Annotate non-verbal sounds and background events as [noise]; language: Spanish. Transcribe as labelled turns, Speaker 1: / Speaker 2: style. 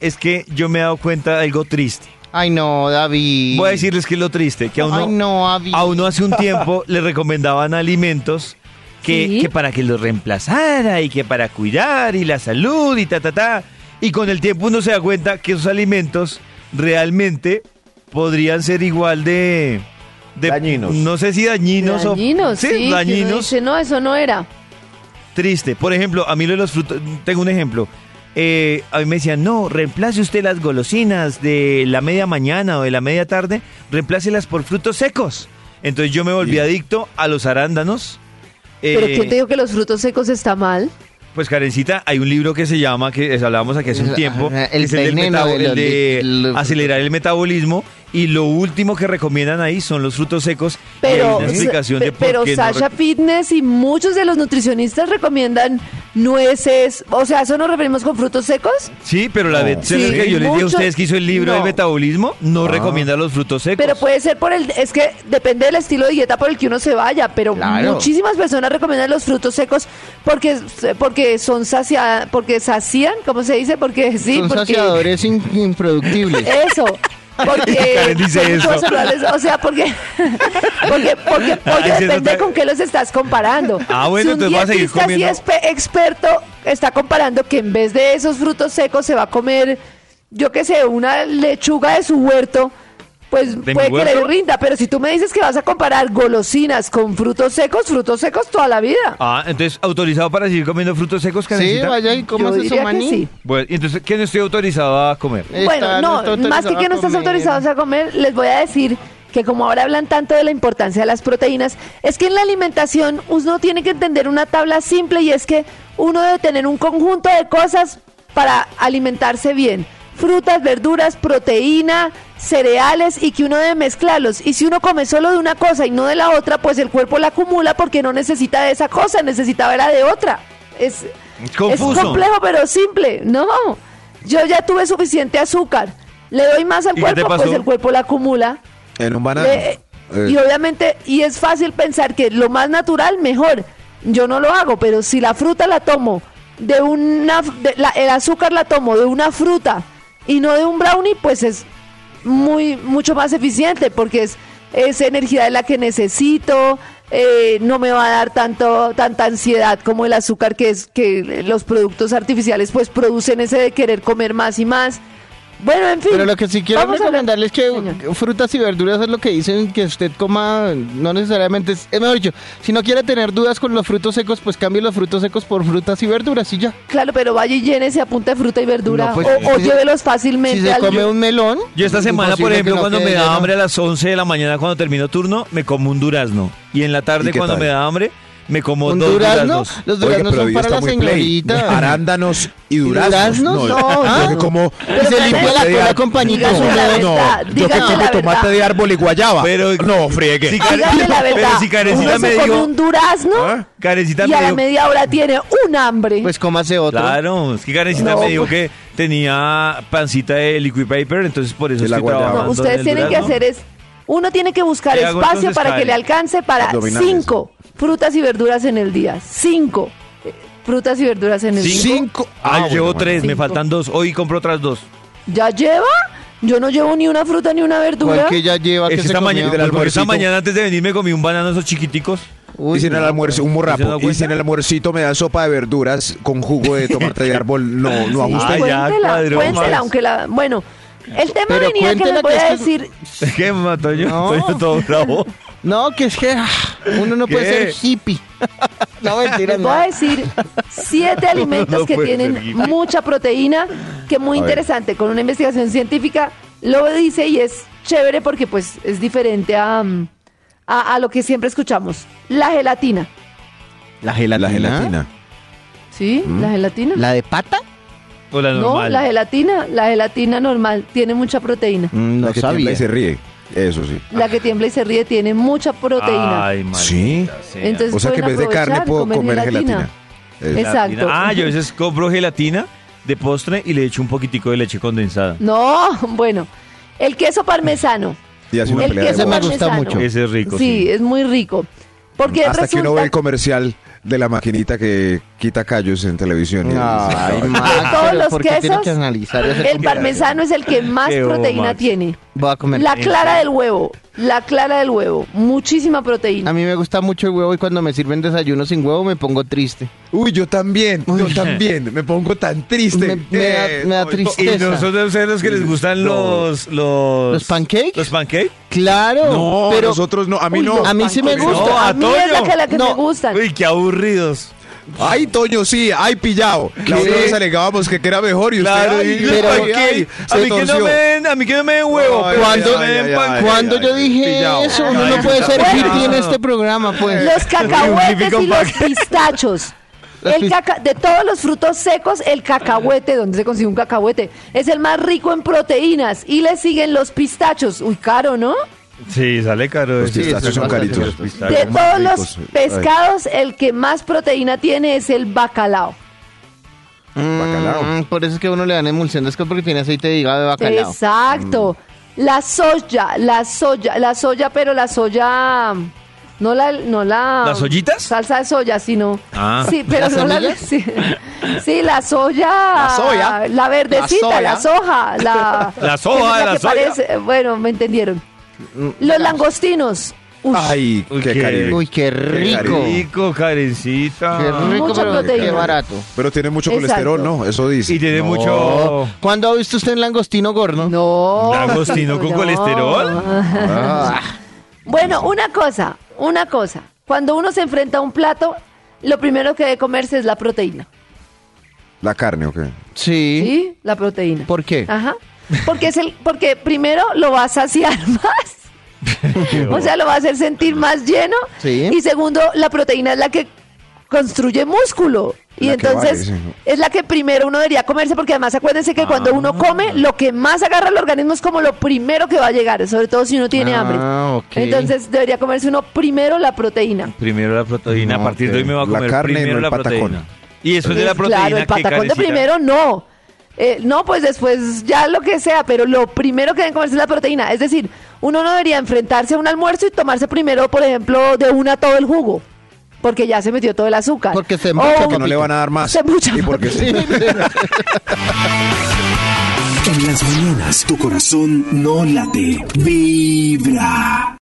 Speaker 1: es que yo me he dado cuenta de algo triste.
Speaker 2: Ay, no, David.
Speaker 1: Voy a decirles que es lo triste, que a uno,
Speaker 2: Ay, no, David.
Speaker 1: a uno hace un tiempo [laughs] le recomendaban alimentos que,
Speaker 3: Sí.
Speaker 1: que para que los reemplazara y que para cuidar y la salud y ta, ta, ta. Y con el tiempo uno se da cuenta que esos alimentos realmente podrían ser igual de... de-
Speaker 4: Dañinos.
Speaker 1: No sé si dañinos,
Speaker 3: Dañinos,
Speaker 1: o...
Speaker 3: sí, que uno
Speaker 1: dañinos
Speaker 3: dice, no, eso no era.
Speaker 1: triste. Por ejemplo, a mí lo de los frutos, tengo un ejemplo. Eh, a mí me decían, no, reemplace usted las golosinas de la media mañana o de la media tarde, reemplácelas por frutos secos. Entonces yo me volví adicto a los arándanos.
Speaker 3: Pero
Speaker 1: Eh,
Speaker 3: ¿quién te dijo que los frutos secos está mal?
Speaker 1: Pues Karencita, hay un libro que se llama, que es- hablábamos aquí hace un
Speaker 2: El-
Speaker 1: tiempo,
Speaker 2: ajá,
Speaker 1: que
Speaker 2: el
Speaker 1: es el, del
Speaker 2: veneno
Speaker 1: metabo-
Speaker 2: de los
Speaker 1: el de
Speaker 2: li- los-
Speaker 1: acelerar el metabolismo y lo último que recomiendan ahí son los frutos secos. y hay
Speaker 3: Pero,
Speaker 1: una explicación
Speaker 3: pe-
Speaker 1: de por
Speaker 3: pero
Speaker 1: qué no
Speaker 3: Sasha
Speaker 1: rec-
Speaker 3: Fitness y muchos de los nutricionistas recomiendan nueces. O sea, ¿eso nos referimos con frutos secos?
Speaker 1: Sí, pero la de
Speaker 3: Sí,
Speaker 1: que yo les dije a
Speaker 3: mucho-
Speaker 1: ustedes que hizo el libro
Speaker 3: no.
Speaker 1: del metabolismo,
Speaker 2: Ah.
Speaker 1: no recomienda los frutos secos.
Speaker 3: Pero puede ser por el... Es que depende del estilo de dieta por el que uno se vaya, pero
Speaker 2: Claro.
Speaker 3: muchísimas personas recomiendan los frutos secos porque, porque son sacia, porque sacian, ¿cómo se dice? Porque sí,
Speaker 2: Son
Speaker 3: porque...
Speaker 2: saciadores in-
Speaker 3: [laughs]
Speaker 2: improductibles.
Speaker 3: Eso. Porque
Speaker 1: [laughs] Karen dice
Speaker 3: son
Speaker 1: eso.
Speaker 3: todos saludables, o sea,
Speaker 1: [laughs]
Speaker 3: porque porque porque pollo
Speaker 1: Ay, se
Speaker 3: depende
Speaker 1: nota-
Speaker 3: con qué los estás comparando.
Speaker 1: Ah, bueno,
Speaker 3: si un
Speaker 1: entonces vas a seguir
Speaker 3: dietista así
Speaker 1: comiendo.
Speaker 3: espe- experto está comparando que en vez de esos frutos secos se va a comer yo qué sé, una lechuga de su huerto, pues
Speaker 1: ¿De mi
Speaker 3: puede que le
Speaker 1: huerto?
Speaker 3: rinda, pero si tú me dices que vas a comparar golosinas con frutos secos, frutos secos toda la vida.
Speaker 1: Ah, entonces, ¿autorizado para seguir comiendo frutos secos,
Speaker 2: Sí,
Speaker 1: Karencita?
Speaker 2: vaya y
Speaker 3: Yo
Speaker 2: cómase
Speaker 3: diría
Speaker 2: su
Speaker 3: que
Speaker 2: maní.
Speaker 3: sí.
Speaker 1: Bueno, y entonces, ¿qué no estoy autorizado a comer?
Speaker 2: Está,
Speaker 3: Bueno, no,
Speaker 2: está
Speaker 3: más que
Speaker 2: autorizado
Speaker 3: que no
Speaker 2: a
Speaker 3: estás
Speaker 2: comer.
Speaker 3: autorizados a comer, les voy a decir que como ahora hablan tanto de la importancia de las proteínas, es que en la alimentación uno tiene que entender una tabla simple y es que uno debe tener un conjunto de cosas para alimentarse bien. Frutas, verduras, proteína, cereales y que uno debe mezclarlos. Y si uno come solo de una cosa y no de la otra, pues el cuerpo la acumula porque no necesita de esa cosa, necesitaba era de otra. Es,
Speaker 1: Confuso.
Speaker 3: es complejo, pero simple. No, yo ya tuve suficiente azúcar. Le doy más al
Speaker 1: ¿Y qué te
Speaker 3: cuerpo, pues
Speaker 1: pasó?
Speaker 3: el cuerpo la acumula.
Speaker 4: En un banano.
Speaker 3: Le- Y
Speaker 4: Eh,
Speaker 3: obviamente, y es fácil pensar que lo más natural, mejor. Yo no lo hago, pero si la fruta la tomo de una. de la- el azúcar la tomo de una fruta y no de un brownie, pues es muy mucho más eficiente porque es, es energía de la que necesito. eh, no me va a dar tanto tanta ansiedad como el azúcar que es que los productos artificiales pues producen ese de querer comer más y más bueno en fin
Speaker 2: Pero lo que sí quiero
Speaker 3: vamos a hablar-
Speaker 2: recomendarles es que
Speaker 3: Señor.
Speaker 2: frutas y verduras es lo que dicen que usted coma, no necesariamente, es, es mejor dicho, si no quiere tener dudas con los frutos secos, pues cambie los frutos secos por frutas y verduras y ya.
Speaker 3: Claro, pero vaya y llene ese apunte de fruta y verdura
Speaker 2: No, pues,
Speaker 3: o, o
Speaker 2: si se-
Speaker 3: llévelos fácilmente
Speaker 2: Si se
Speaker 3: al-
Speaker 2: come un melón... pues
Speaker 1: Yo esta
Speaker 2: es
Speaker 1: semana, por
Speaker 2: imposible
Speaker 1: ejemplo,
Speaker 2: que no
Speaker 1: cuando
Speaker 2: quede
Speaker 1: me da
Speaker 2: lleno.
Speaker 1: hambre a las 11 de la mañana cuando termino turno, me como un durazno. Y en la tarde
Speaker 4: ¿Y qué
Speaker 1: cuando
Speaker 4: tal?
Speaker 1: me da hambre, me como
Speaker 2: ¿Un
Speaker 1: dos
Speaker 2: durazno?
Speaker 1: duraznos.
Speaker 2: Los
Speaker 4: oiga,
Speaker 2: duraznos
Speaker 4: pero
Speaker 2: son
Speaker 4: Dios
Speaker 2: para
Speaker 4: está
Speaker 2: la
Speaker 4: muy play.
Speaker 2: señorita.
Speaker 4: Arándanos y duraznos.
Speaker 2: duraznos?
Speaker 4: yo-
Speaker 2: No,
Speaker 4: yo
Speaker 2: no,
Speaker 4: me
Speaker 2: no.
Speaker 4: como...
Speaker 3: Pero
Speaker 2: se
Speaker 3: Karen,
Speaker 2: limpia la
Speaker 4: de
Speaker 2: cola
Speaker 4: ar-
Speaker 2: con pañitos
Speaker 3: Dígame la
Speaker 2: húmedos.
Speaker 3: verdad,
Speaker 4: yo que
Speaker 3: dígame
Speaker 4: como
Speaker 3: la
Speaker 4: tomate
Speaker 3: verdad.
Speaker 4: de árbol y guayaba.
Speaker 1: Pero-
Speaker 4: no, friegue.
Speaker 1: Sí,
Speaker 3: Dígame la
Speaker 1: Pero
Speaker 3: verdad.
Speaker 1: si Karencita
Speaker 3: uno
Speaker 1: me
Speaker 3: se come
Speaker 1: dijo...
Speaker 3: un durazno
Speaker 4: ¿Ah?
Speaker 1: Karencita
Speaker 3: y a
Speaker 1: me
Speaker 3: la
Speaker 1: dijo...
Speaker 3: media hora tiene un hambre.
Speaker 2: Pues cómase otro.
Speaker 1: Claro, es que Karencita
Speaker 3: No,
Speaker 1: me dijo
Speaker 3: pues-
Speaker 1: que tenía pancita de liquid paper, entonces por eso
Speaker 4: De la
Speaker 1: estoy
Speaker 4: guayaba.
Speaker 1: trabajando
Speaker 3: no,
Speaker 1: en
Speaker 3: ustedes
Speaker 1: el
Speaker 3: tienen que
Speaker 1: durazno.
Speaker 3: hacer es uno tiene que buscar
Speaker 1: ¿Qué hago
Speaker 3: espacio
Speaker 1: entonces,
Speaker 3: para que
Speaker 1: Karen?
Speaker 3: le alcance para
Speaker 4: Abdominales.
Speaker 3: cinco frutas y verduras en el día. Cinco eh, frutas y verduras en el
Speaker 1: ¿Cinco?
Speaker 3: día.
Speaker 1: Ah,
Speaker 4: bueno,
Speaker 1: llevo
Speaker 4: bueno.
Speaker 1: tres, me
Speaker 3: Cinco.
Speaker 1: faltan dos. Hoy compro otras dos.
Speaker 3: ¿Ya lleva? Yo no llevo ni una fruta ni una verdura.
Speaker 2: ¿Cuál Pues que ya lleva que
Speaker 1: Es
Speaker 2: se
Speaker 1: esta,
Speaker 2: comió?
Speaker 1: mañana,
Speaker 4: del
Speaker 1: porque esta
Speaker 4: almuercito.
Speaker 1: mañana antes de venir me comí un banano esos chiquiticos.
Speaker 3: [laughs]
Speaker 2: Uy,
Speaker 4: y si en el
Speaker 2: no.
Speaker 4: almuerzo, un
Speaker 1: ¿Se da
Speaker 4: morrapo. Y si
Speaker 1: cuenta?
Speaker 4: en el almuercito me dan sopa de verduras con jugo de tomate de árbol, no, no
Speaker 3: Sí,
Speaker 4: ajusta.
Speaker 1: Ay, ya,
Speaker 3: cuéntela,
Speaker 1: cuadró
Speaker 3: cuéntela,
Speaker 1: más.
Speaker 3: aunque la... Bueno, el tema
Speaker 2: Pero
Speaker 3: venía que
Speaker 2: cuéntela
Speaker 3: les voy
Speaker 2: que
Speaker 3: a
Speaker 2: es que-
Speaker 3: decir...
Speaker 1: ¿Qué, mató yo?
Speaker 2: No.
Speaker 1: Estoy todo bravo.
Speaker 2: No, que es que ah, uno no puede
Speaker 1: ¿Qué?
Speaker 2: ser hippie. [laughs] No, mentira,
Speaker 3: Les voy
Speaker 2: no.
Speaker 3: a decir siete alimentos
Speaker 1: [laughs] No
Speaker 3: que
Speaker 1: puede
Speaker 3: tienen
Speaker 1: ser, Guille.
Speaker 3: mucha proteína, que muy interesante, con una investigación científica lo dice y es chévere porque pues es diferente a, mm, a, a lo que siempre escuchamos. La gelatina,
Speaker 2: La gelatina.
Speaker 4: La gelatina.
Speaker 3: ¿sí? La gelatina.
Speaker 2: ¿La de pata?
Speaker 1: O la
Speaker 3: no,
Speaker 1: Mm. normal.
Speaker 3: la gelatina, la gelatina normal tiene mucha proteína.
Speaker 2: Mm, No
Speaker 4: la que tiembla
Speaker 2: sabía.
Speaker 4: y se ríe. Eso sí.
Speaker 3: La que tiembla y se ríe tiene mucha proteína.
Speaker 1: Ay, maldita
Speaker 4: Sí.
Speaker 1: sea.
Speaker 3: Entonces
Speaker 4: O sea que en
Speaker 3: pueden
Speaker 4: vez de carne
Speaker 3: aprovechar,
Speaker 4: puedo comer, gelatina. Eso.
Speaker 3: Es- Exacto.
Speaker 1: Gelatina. Ah, yo a veces compro gelatina de postre y le echo un poquitico de leche condensada.
Speaker 3: No, [laughs] bueno, el queso parmesano.
Speaker 4: Y hace una
Speaker 3: el
Speaker 4: pelea de
Speaker 2: me
Speaker 3: queso
Speaker 4: bodas.
Speaker 2: gusta
Speaker 3: parmesano.
Speaker 2: mucho.
Speaker 1: Ese es rico,
Speaker 3: Sí,
Speaker 1: sí.
Speaker 3: es muy rico. Porque
Speaker 4: Hasta que uno ve
Speaker 3: resulta
Speaker 4: el comercial de la maquinita que quita callos en televisión. y-
Speaker 2: Ay, Max,
Speaker 3: De todos
Speaker 2: pero
Speaker 3: los
Speaker 2: ¿por qué tiene
Speaker 3: quesos,
Speaker 2: que analizar ese
Speaker 3: El
Speaker 2: comentario?
Speaker 3: parmesano es el
Speaker 1: [laughs]
Speaker 3: que más
Speaker 1: Qué bobo,
Speaker 3: proteína
Speaker 1: Max.
Speaker 3: tiene.
Speaker 2: Voy a comer
Speaker 3: La
Speaker 2: queso.
Speaker 3: clara del huevo, la clara del huevo, muchísima
Speaker 2: A
Speaker 3: proteína.
Speaker 2: mí me gusta mucho el huevo y cuando me sirven desayuno sin huevo me pongo triste.
Speaker 4: Uy, yo también, yo también. Me pongo tan triste.
Speaker 2: Me- me da-
Speaker 4: Eh,
Speaker 2: me da
Speaker 4: no,
Speaker 1: ¿Y
Speaker 2: tristeza.
Speaker 1: nosotros ustedes los que les gustan los... ¿Los,
Speaker 2: ¿Los pancakes?
Speaker 1: ¿Los pancakes?
Speaker 2: Claro,
Speaker 4: No,
Speaker 2: pero
Speaker 4: nosotros no, a mí
Speaker 3: Uy,
Speaker 4: no.
Speaker 3: los
Speaker 2: a mí sí me
Speaker 3: pancakes.
Speaker 2: gusta.
Speaker 1: No,
Speaker 3: a
Speaker 1: a
Speaker 3: mí es la
Speaker 1: Toño.
Speaker 3: que, la que me
Speaker 2: No.
Speaker 3: gustan.
Speaker 1: Uy, qué aburridos.
Speaker 4: Ay, Toño, sí, ay, pillado. La
Speaker 2: ¿Qué?
Speaker 4: otra vez alegábamos que que era mejor y usted,
Speaker 1: Claro,
Speaker 4: ay,
Speaker 1: y los
Speaker 2: pero-
Speaker 1: pancakes.
Speaker 4: ay,
Speaker 1: a,
Speaker 4: se
Speaker 1: mí que no
Speaker 4: torció.
Speaker 1: me den, a mí que no me den huevo.
Speaker 4: Ay,
Speaker 1: pero
Speaker 2: ay,
Speaker 1: que no
Speaker 4: ay,
Speaker 1: me den
Speaker 4: ay,
Speaker 1: pancakes.
Speaker 4: ay,
Speaker 2: Cuando
Speaker 4: ay,
Speaker 2: yo dije
Speaker 4: pillado.
Speaker 2: eso, uno
Speaker 1: Ay,
Speaker 2: no puede ser
Speaker 3: bueno.
Speaker 2: hippie en este programa, pues.
Speaker 3: Los cacahuetes y los
Speaker 1: Magnífico [laughs]
Speaker 3: pistachos.
Speaker 2: Las
Speaker 3: El
Speaker 2: pis-
Speaker 3: caca- de todos los frutos secos, el cacahuete, donde se consigue un cacahuete, es el más rico en proteínas. Y le siguen los pistachos. Uy, caro, ¿no?
Speaker 1: Sí, sale caro.
Speaker 4: Los
Speaker 1: eso.
Speaker 4: pistachos son
Speaker 2: bastante
Speaker 4: caritos.
Speaker 1: los pistachos.
Speaker 3: De
Speaker 4: Los más
Speaker 3: todos los
Speaker 4: ricos. Ay,
Speaker 3: pescados, el que más proteína tiene es el bacalao.
Speaker 2: Mm,
Speaker 4: Bacalao.
Speaker 2: por eso es que a uno le dan emulsión después porque tiene aceite de hígado de bacalao.
Speaker 3: Exacto.
Speaker 1: Mm.
Speaker 3: La soya, la soya, la soya, pero la soya. No la, no la.
Speaker 1: ¿Las ollitas?
Speaker 3: Salsa de soya, sino.
Speaker 1: Ah.
Speaker 3: Sí, pero
Speaker 2: ¿Las
Speaker 3: no la.
Speaker 2: semillas?
Speaker 3: Sí, sí, la soya. La
Speaker 2: soya.
Speaker 3: La verdecita, la,
Speaker 2: La
Speaker 3: soja. La,
Speaker 1: La soja,
Speaker 3: que es
Speaker 1: la
Speaker 3: que
Speaker 1: soya. Mm,
Speaker 3: parece- Bueno, me entendieron. Los langostinos. Uy,
Speaker 4: Ay,
Speaker 1: Uy,
Speaker 4: qué
Speaker 1: qué-
Speaker 4: caribe.
Speaker 2: Uy, qué rico. Qué
Speaker 1: Rico, carencita.
Speaker 2: rico,
Speaker 3: Mucha
Speaker 2: pero
Speaker 3: proteína.
Speaker 2: qué barato.
Speaker 4: Pero tiene mucho
Speaker 3: Exacto.
Speaker 4: colesterol, ¿no? Eso dice.
Speaker 1: Y tiene
Speaker 4: No.
Speaker 1: mucho...
Speaker 2: Oh. ¿Cuándo ha visto usted un langostino gordo?
Speaker 3: No.
Speaker 1: ¿Langostino con colesterol?
Speaker 4: Ah,
Speaker 3: Bueno, una cosa, una cosa. Cuando uno se enfrenta a un plato, lo primero que debe comerse es la proteína.
Speaker 4: la carne, ¿o qué?
Speaker 3: ¿Sí? Ah.
Speaker 2: Sí.
Speaker 3: La proteína.
Speaker 2: ¿Por qué?
Speaker 3: Ajá. Porque es el, porque primero lo va a saciar [laughs] más. o sea, lo va a hacer sentir más lleno.
Speaker 2: Sí.
Speaker 3: Y segundo, la proteína es la que construye músculo. Y
Speaker 4: La que
Speaker 3: entonces
Speaker 4: vale, sí.
Speaker 3: es la que primero uno debería comerse, porque además acuérdense que cuando uno come, lo que más agarra el organismo es como lo primero que va a llegar, sobre todo si uno tiene
Speaker 2: Ah,
Speaker 3: hambre.
Speaker 2: ok.
Speaker 3: Entonces debería comerse uno primero la proteína.
Speaker 1: Primero la proteína,
Speaker 4: No,
Speaker 1: a partir de hoy me va a
Speaker 4: la
Speaker 1: comer
Speaker 4: carne,
Speaker 1: primero
Speaker 4: no el
Speaker 1: la
Speaker 4: patacón.
Speaker 1: proteína. Y después de la
Speaker 3: Pues, Claro,
Speaker 1: proteína,
Speaker 3: el
Speaker 1: ¿qué
Speaker 3: patacón
Speaker 1: carecita?
Speaker 3: de primero no. Eh, no, pues después ya lo que sea, pero lo primero que deben comerse es la proteína. Es decir, uno no debería enfrentarse a un almuerzo y tomarse primero, por ejemplo, de una todo el jugo, porque ya se metió todo el azúcar.
Speaker 2: Porque se
Speaker 3: O
Speaker 2: embucha,
Speaker 4: Que no le van a dar más.
Speaker 3: Se mucha-
Speaker 4: Y
Speaker 3: [laughs]
Speaker 4: porque sí.
Speaker 5: En las mañanas tu corazón no late, vibra.